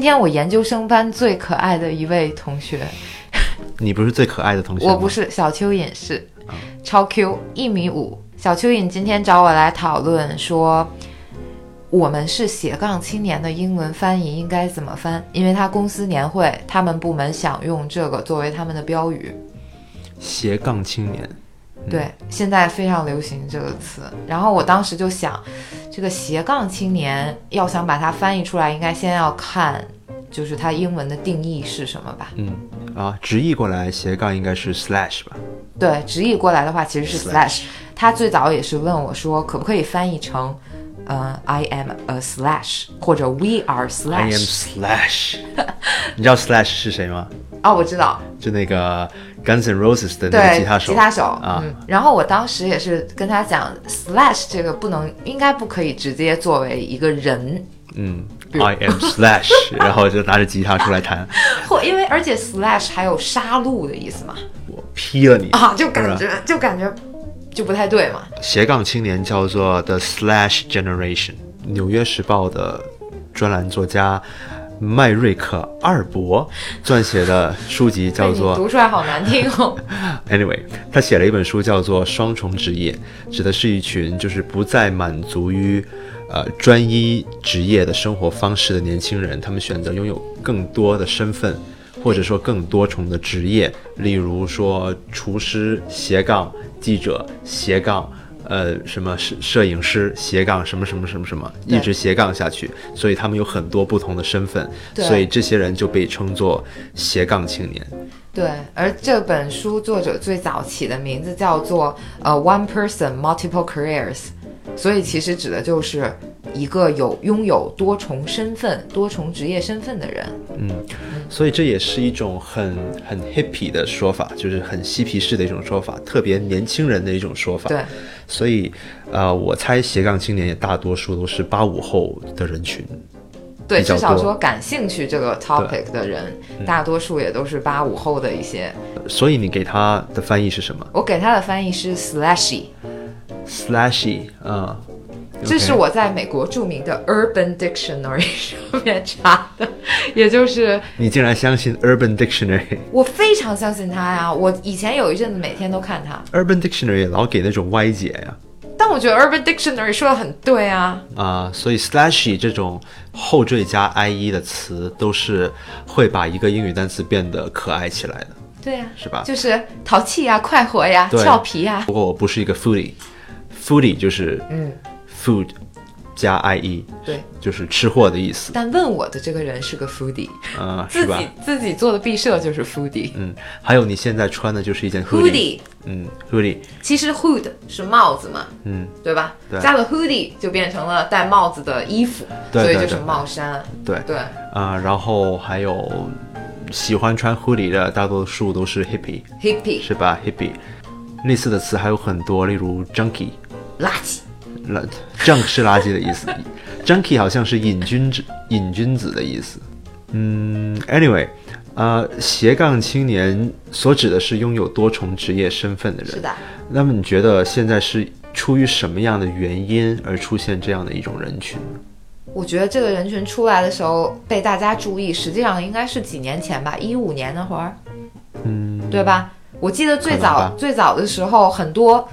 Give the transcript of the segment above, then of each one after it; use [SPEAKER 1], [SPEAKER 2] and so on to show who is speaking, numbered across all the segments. [SPEAKER 1] 天我研究生班最可爱的一位同学，
[SPEAKER 2] 你不是最可爱的同学吗，
[SPEAKER 1] 我不是小蚯蚓是
[SPEAKER 2] 啊，
[SPEAKER 1] 超 Q，一米五。小蚯蚓今天找我来讨论说，我们是斜杠青年的英文翻译应该怎么翻？因为他公司年会，他们部门想用这个作为他们的标语。
[SPEAKER 2] 斜杠青年，嗯
[SPEAKER 1] 对，现在非常流行这个词。然后我当时就想，这个斜杠青年要想把它翻译出来，应该先要看就是它英文的定义是什么吧？
[SPEAKER 2] 嗯啊，直译过来斜杠应该是 slash 吧？
[SPEAKER 1] 对，直译过来的话其实是 slash。他最早也是问我说，可不可以翻译成，呃，I am a slash 或者 We are
[SPEAKER 2] I am
[SPEAKER 1] slash。
[SPEAKER 2] Slash，你知道 Slash 是谁吗？
[SPEAKER 1] 哦，我知道，
[SPEAKER 2] 就那个 Guns N' Roses 的那个
[SPEAKER 1] 对，
[SPEAKER 2] 吉他手。啊
[SPEAKER 1] 嗯。然后我当时也是跟他讲，slash 这个不能，应该不可以直接作为一个人，
[SPEAKER 2] 嗯
[SPEAKER 1] 如
[SPEAKER 2] ，I am Slash，然后就拿着吉他出来弹，
[SPEAKER 1] 或因为而且 slash 还有杀戮的意思嘛，
[SPEAKER 2] 我劈了你
[SPEAKER 1] 啊，就感
[SPEAKER 2] 是吧
[SPEAKER 1] 觉就感觉就不太对嘛。
[SPEAKER 2] 斜杠青年叫做 The Slash Generation，《纽约时报》的专栏作家麦瑞克·阿尔伯撰写的书籍
[SPEAKER 1] 被
[SPEAKER 2] 叫
[SPEAKER 1] 哎你
[SPEAKER 2] 做
[SPEAKER 1] 读出来好难听哦。
[SPEAKER 2] Anyway，他写了一本书叫做《双重职业》，指的是一群就是不再满足于呃专一职业的生活方式的年轻人，他们选择拥有更多的身份，或者说更多重的职业，例如说厨师斜杠记者斜杠。呃，什么摄摄影师斜杠什么什么什么什么，一
[SPEAKER 1] 对
[SPEAKER 2] 直斜杠下去，所以他们有很多不同的身份，
[SPEAKER 1] 对
[SPEAKER 2] 所以这些人就被称作斜杠青年。
[SPEAKER 1] 对，而这本书作者最早起的名字叫做呃《One Person Multiple Careers》，所以其实指的就是一个有拥有多重身份、多重职业身份的人。
[SPEAKER 2] 所以这也是一种很很 hippie 的说法，就是很嬉皮士的一种说法，特别年轻人的一种说法。
[SPEAKER 1] 对，
[SPEAKER 2] 所以呃，我猜斜杠青年也大多数都是八五后的人群。
[SPEAKER 1] 对，
[SPEAKER 2] 比较
[SPEAKER 1] 至少
[SPEAKER 2] 多
[SPEAKER 1] 说感兴趣这个 topic 的人，大多数也都是八五后的一些。
[SPEAKER 2] 所以你给他的翻译是什么
[SPEAKER 1] 我给他的翻译是 slashy，
[SPEAKER 2] ？Slashy，嗯，
[SPEAKER 1] 这是我在美国著名的 Urban Dictionary 上面查的，也就是
[SPEAKER 2] 你竟然相信 Urban Dictionary。
[SPEAKER 1] 我非常相信他呀。我以前有一阵子每天都看他。
[SPEAKER 2] Urban Dictionary 也老给那种歪解啊呀
[SPEAKER 1] 但我觉得 Urban Dictionary 说的很对啊，
[SPEAKER 2] 啊、所以 slashy 这种后缀加 ie 的词都是会把一个英语单词变得可爱起来的，
[SPEAKER 1] 对呀、
[SPEAKER 2] 是吧？
[SPEAKER 1] 就是淘气呀、快活呀、
[SPEAKER 2] 对
[SPEAKER 1] 俏皮啊呀、
[SPEAKER 2] 不过我不是一个 foodie，foodie 就是嗯 food 加 ie，
[SPEAKER 1] 对。
[SPEAKER 2] 就是吃货的意思，
[SPEAKER 1] 但问我的这个人是个 foodie，
[SPEAKER 2] 啊，
[SPEAKER 1] 自
[SPEAKER 2] 是吧
[SPEAKER 1] 己？自己做的毕设就是 foodie。
[SPEAKER 2] 嗯，还有你现在穿的就是一件 hoodie，,
[SPEAKER 1] hoodie
[SPEAKER 2] 嗯，hoodie，
[SPEAKER 1] 其实 hood 是帽子嘛，
[SPEAKER 2] 嗯，
[SPEAKER 1] 对吧？
[SPEAKER 2] 对
[SPEAKER 1] 加了 hoodie 就变成了戴帽子的衣服，
[SPEAKER 2] 对对
[SPEAKER 1] 所以就
[SPEAKER 2] 对
[SPEAKER 1] 是帽衫。
[SPEAKER 2] 对，
[SPEAKER 1] 对
[SPEAKER 2] 啊、然后还有喜欢穿 hoodie 的大多数都是 hippie，
[SPEAKER 1] ，hippie
[SPEAKER 2] 是吧？hippie，类似的词还有很多，例如 junkie，
[SPEAKER 1] 垃圾。
[SPEAKER 2] 垃 junk 是垃圾的意思，junkie 好像是瘾君子瘾君子的意思。嗯，anyway，呃，斜杠青年所指的是拥有多重职业身份的人。
[SPEAKER 1] 是的。
[SPEAKER 2] 那么你觉得现在是出于什么样的原因而出现这样的一种人群？
[SPEAKER 1] 我觉得这个人群出来的时候被大家注意，实际上应该是几年前吧，一五年那会儿，嗯，对吧？我记得最
[SPEAKER 2] 可能
[SPEAKER 1] 早
[SPEAKER 2] 吧
[SPEAKER 1] 最早的时候，很多，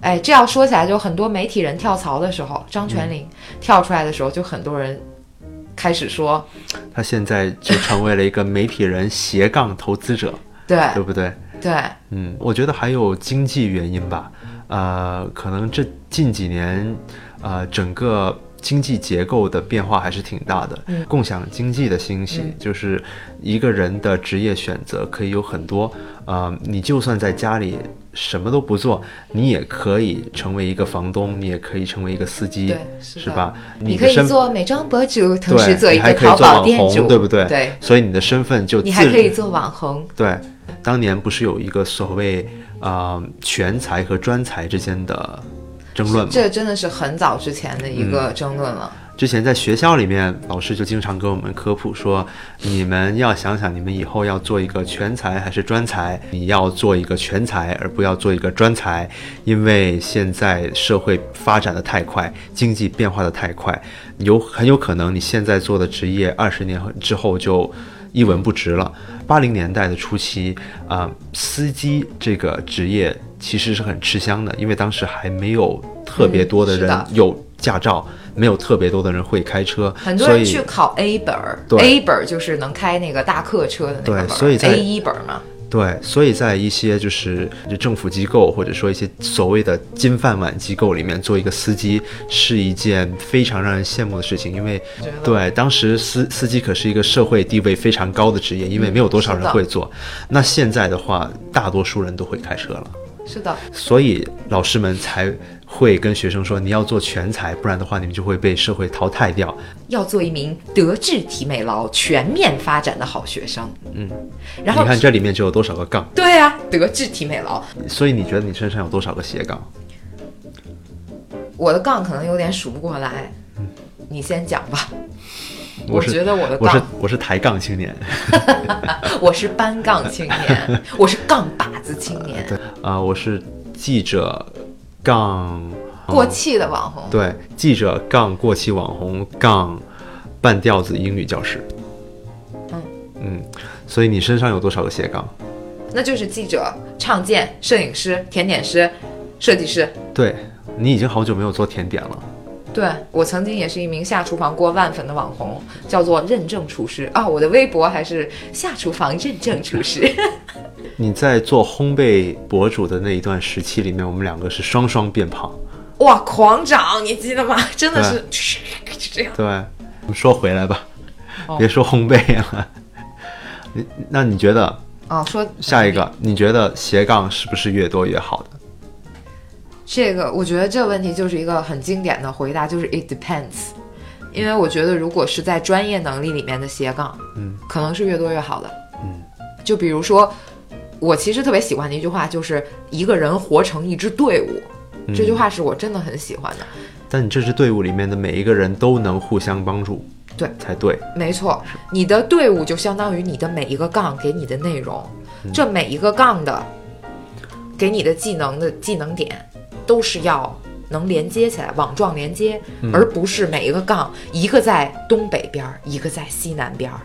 [SPEAKER 1] 哎，这要说起来，就很多媒体人跳槽的时候，张泉
[SPEAKER 2] 嗯
[SPEAKER 1] 灵跳出来的时候，就很多人开始说，
[SPEAKER 2] 他现在就成为了一个媒体人斜杠投资者，
[SPEAKER 1] 对
[SPEAKER 2] 对不对？
[SPEAKER 1] 对
[SPEAKER 2] 嗯，我觉得还有经济原因吧，呃，可能这近几年，呃，整个经济结构的变化还是挺大的。
[SPEAKER 1] 嗯
[SPEAKER 2] 共享经济的兴起，就是一个人的职业选择可以有很多，呃，你就算在家里什么都不做，你也可以成为一个房东，你也可以成为一个司机
[SPEAKER 1] 对，，是
[SPEAKER 2] 是
[SPEAKER 1] 的？
[SPEAKER 2] 吧？
[SPEAKER 1] 你可
[SPEAKER 2] 的
[SPEAKER 1] 以
[SPEAKER 2] 身
[SPEAKER 1] 做美妆博主，同时
[SPEAKER 2] 对，
[SPEAKER 1] 做一
[SPEAKER 2] 你还
[SPEAKER 1] 个
[SPEAKER 2] 可以
[SPEAKER 1] 淘
[SPEAKER 2] 做网
[SPEAKER 1] 宝店
[SPEAKER 2] 红，
[SPEAKER 1] 主，
[SPEAKER 2] 对不对？
[SPEAKER 1] 对，
[SPEAKER 2] 所以你的身份就
[SPEAKER 1] 你还
[SPEAKER 2] 自
[SPEAKER 1] 可以做网红，
[SPEAKER 2] 对，当年不是有一个所谓啊全才和专才之间的争论吗？嗯
[SPEAKER 1] 这真的是很早之前的一个争论了。
[SPEAKER 2] 之前在学校里面，老师就经常跟我们科普说，你们要想想你们以后要做一个全才还是专才，你要做一个全才，而不要做一个专才，因为现在社会发展的太快，经济变化的太快，有很有可能你现在做的职业，二十年之后就。一文不值了。八零年代的初期，啊、司机这个职业其实是很吃香的，因为当时还没有特别多
[SPEAKER 1] 嗯
[SPEAKER 2] 的
[SPEAKER 1] 是
[SPEAKER 2] 人
[SPEAKER 1] 的
[SPEAKER 2] 有驾照，没有特别多的人会开车，
[SPEAKER 1] 很多人
[SPEAKER 2] 所
[SPEAKER 1] 去
[SPEAKER 2] 以
[SPEAKER 1] 考 A 本儿
[SPEAKER 2] 对
[SPEAKER 1] ，A 本儿就是能开那个大客车的那个
[SPEAKER 2] 对
[SPEAKER 1] 本儿，
[SPEAKER 2] 所以在
[SPEAKER 1] A 一本儿嘛，
[SPEAKER 2] 对，所以在一些就是就政府机构或者说一些所谓的金饭碗机构里面做一个司机是一件非常让人羡慕的事情，因为
[SPEAKER 1] 觉得
[SPEAKER 2] 对当时司司机可是一个社会地位非常高的职业，因为没有多少
[SPEAKER 1] 是
[SPEAKER 2] 人
[SPEAKER 1] 的
[SPEAKER 2] 会做。那现在的话，大多数人都会开车了。
[SPEAKER 1] 是的，
[SPEAKER 2] 所以老师们才会跟学生说，你要做全才，不然的话你们就会被社会淘汰掉。
[SPEAKER 1] 要做一名德智体美劳全面发展的好学生。嗯，然后
[SPEAKER 2] 你看这里面就有多少个杠，
[SPEAKER 1] 对啊，德智体美劳，
[SPEAKER 2] 所以你觉得你身上有多少个斜杠？
[SPEAKER 1] 我的杠可能有点数不过来，你先讲吧。我
[SPEAKER 2] 是
[SPEAKER 1] 觉得我的
[SPEAKER 2] 嗯我是
[SPEAKER 1] 呃杠，
[SPEAKER 2] 我是抬杠青年
[SPEAKER 1] 我是班杠青年，我是杠把子青年，
[SPEAKER 2] 啊、我是记者杠嗯
[SPEAKER 1] 过气的网红。
[SPEAKER 2] 对记者杠过气网红杠半吊子英语教师。
[SPEAKER 1] 嗯
[SPEAKER 2] 嗯，所以你身上有多少个斜杠？
[SPEAKER 1] 那就是记者、唱见、摄影师、甜点师、设计师。
[SPEAKER 2] 对你已经好久没有做甜点了。
[SPEAKER 1] 对我曾经也是一名下厨房锅万粉的网红，叫做认证厨师啊、我的微博还是下厨房认证厨 师。
[SPEAKER 2] 你在做烘焙博主的那一段时期里面，我们两个是双双变胖。
[SPEAKER 1] 哇，狂涨，你记得吗？真的是 就这样。
[SPEAKER 2] 对，我们说回来吧，
[SPEAKER 1] 哦
[SPEAKER 2] 别说烘焙了。你那你觉得
[SPEAKER 1] 啊、说
[SPEAKER 2] 下一个，你觉得斜杠是不是越多越好的？
[SPEAKER 1] 这个，我觉得这个问题就是一个很经典的回答，就是 it depends。因为我觉得，如果是在专业能力里面的斜杠，
[SPEAKER 2] 嗯，
[SPEAKER 1] 可能是越多越好的。嗯，就比如说，我其实特别喜欢的一句话，就是一个人活成一支队伍。
[SPEAKER 2] 嗯
[SPEAKER 1] 这句话是我真的很喜欢的。
[SPEAKER 2] 但你这支队伍里面的每一个人都能互相帮助，
[SPEAKER 1] 对
[SPEAKER 2] 才对。
[SPEAKER 1] 没错，你的队伍就相当于你的每一个杠给你的内容，这每一个杠的给你的技能的技能点，都是要能连接起来，网状连接，而不是每一个杠一个在东北边儿，一个在西南边儿。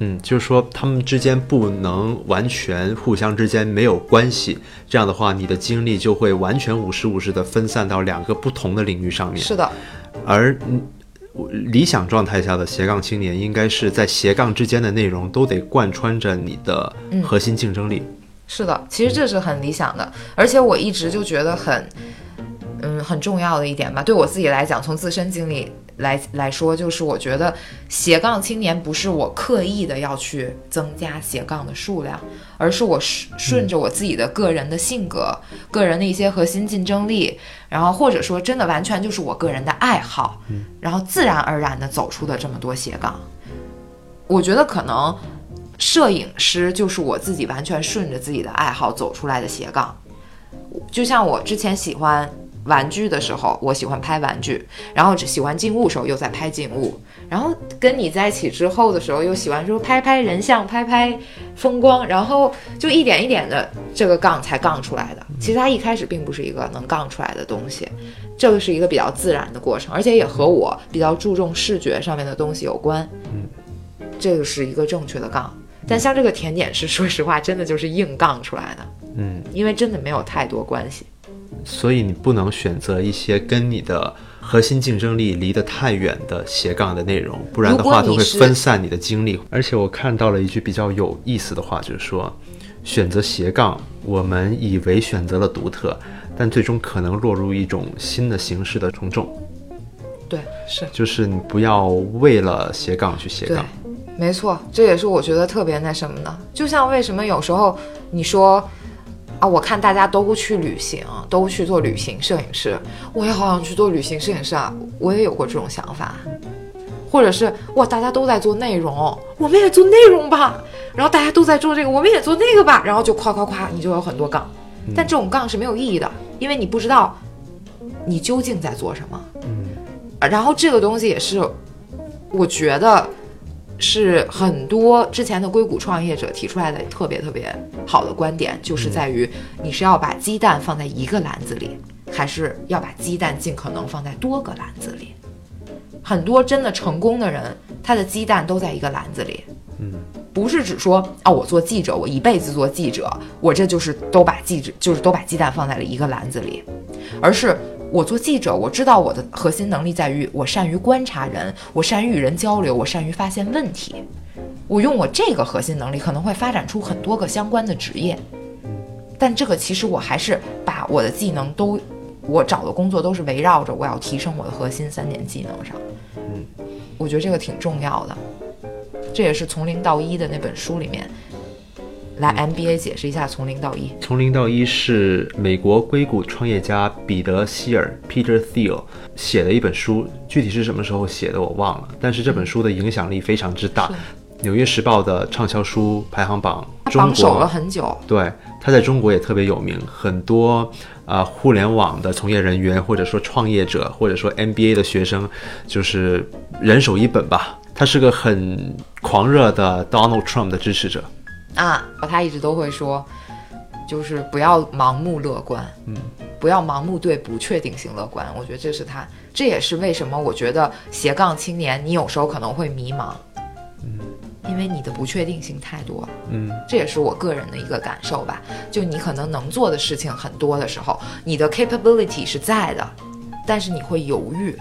[SPEAKER 2] 嗯，就是说他们之间不能完全互相之间没有关系，这样的话，你的精力就会完全五十五十的分散到两个不同的领域上面。
[SPEAKER 1] 是的，
[SPEAKER 2] 而嗯我理想状态下的斜杠青年，应该是在斜杠之间的内容都得贯穿着你的核心竞争力。
[SPEAKER 1] 是的，其实这是很理想的，而且我一直就觉得很，嗯，很重要的一点吧。对我自己来讲，从自身经历来来说，就是我觉得斜杠青年不是我刻意的要去增加斜杠的数量，而是我顺顺着我自己的个人的性格、个人的一些核心竞争力，然后或者说真的完全就是我个人的爱好，然后自然而然的走出的这么多斜杠。我觉得可能摄影师就是我自己完全顺着自己的爱好走出来的斜杠。就像我之前喜欢玩具的时候，我喜欢拍玩具，然后只喜欢静物的时候又在拍静物，然后跟你在一起之后的时候又喜欢说拍拍人像，拍拍风光，然后就一点一点的这个杠才杠出来的。其实它一开始并不是一个能杠出来的东西，这个是一个比较自然的过程，而且也和我比较注重视觉上面的东西有关。这个是一个正确的杠。但像这个甜点是， 说实话，真的就是硬杠出来的，
[SPEAKER 2] 嗯，
[SPEAKER 1] 因为真的没有太多关系。
[SPEAKER 2] 所以你不能选择一些跟你的核心竞争力离得太远的斜杠的内容，不然的话
[SPEAKER 1] 如
[SPEAKER 2] 都
[SPEAKER 1] 果你
[SPEAKER 2] 会
[SPEAKER 1] 是
[SPEAKER 2] 分散你的精力。而且我看到了一句比较有意思的话，就是说，选择斜杠，我们以为选择了独特，但最终可能落入一种新的形式的从众，
[SPEAKER 1] 对，是
[SPEAKER 2] 就是你不要为了斜杠去斜
[SPEAKER 1] 对
[SPEAKER 2] 杠。，
[SPEAKER 1] 没错，这也是我觉得特别那什么的。就像为什么有时候你说啊，我看大家都去旅行，都去做旅行摄影师，我也好想去做旅行摄影师啊，我也有过这种想法。或者是哇，大家都在做内容，我们也做内容吧。然后大家都在做这个，我们也做那个吧。然后就夸夸夸，你就有很多杠。
[SPEAKER 2] 嗯
[SPEAKER 1] 但
[SPEAKER 2] 嗯
[SPEAKER 1] 这种杠是没有意义的，因为你不知道你究竟在做什么。啊然后这个东西也是，我觉得是很多之前的硅谷创业者提出来的特别特别好的观点，就是在于你是要把鸡蛋放在一个篮子里，还是要把鸡蛋尽可能放在多个篮子里。很多真的成功的人，他的鸡蛋都在一个篮子里。不是只说啊，我做记者，我一辈子做记者，我这就是都把记者就是都把鸡蛋放在了一个篮子里，而是我做记者，我知道我的核心能力在于我善于观察人，我善于与人交流，我善于发现问题，我用我这个核心能力可能会发展出很多个相关的职业，但这个其实我还是把我的技能都，我找的工作都是围绕着我要提升我的核心三点技能上，嗯，我觉得这个挺重要的。这也是从零到一的那本书里面，来
[SPEAKER 2] 嗯
[SPEAKER 1] MBA 解释一下从零到一。
[SPEAKER 2] 从零到一是美国硅谷创业家彼得·希尔 （Peter Thiel） 写的一本书，具体是什么时候写的我忘了，但是这本书的影响力非常之大，《纽约时报》的畅销书排行榜，
[SPEAKER 1] 他
[SPEAKER 2] 中
[SPEAKER 1] 榜首啊
[SPEAKER 2] 国
[SPEAKER 1] 了很久，
[SPEAKER 2] 对，他在中国也特别有名，很多啊、呃互联网的从业人员，或者说创业者，或者说 MBA 的学生，就是人手一本吧。他是个很狂热的 Donald Trump 的支持者，
[SPEAKER 1] 啊，他一直都会说，就是不要盲目乐观，嗯，不要盲目对不确定性乐观。我觉得这是他，这也是为什么我觉得斜杠青年你有时候可能会迷茫，嗯，因为你的不确定性太多了，
[SPEAKER 2] 嗯，
[SPEAKER 1] 这也是我个人的一个感受吧。就你可能能做的事情很多的时候，你的 capability 是在的，但是你会犹豫。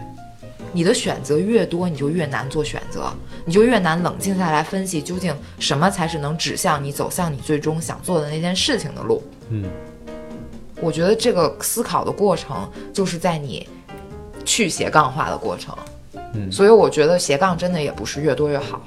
[SPEAKER 1] 你的选择越多，你就越难做选择，你就越难冷静下来分析究竟什么才是能指向你走向你最终想做的那件事情的路。
[SPEAKER 2] 嗯，
[SPEAKER 1] 我觉得这个思考的过程就是在你去斜杠化的过程。
[SPEAKER 2] 嗯
[SPEAKER 1] 所以我觉得斜杠真的也不是越多越好，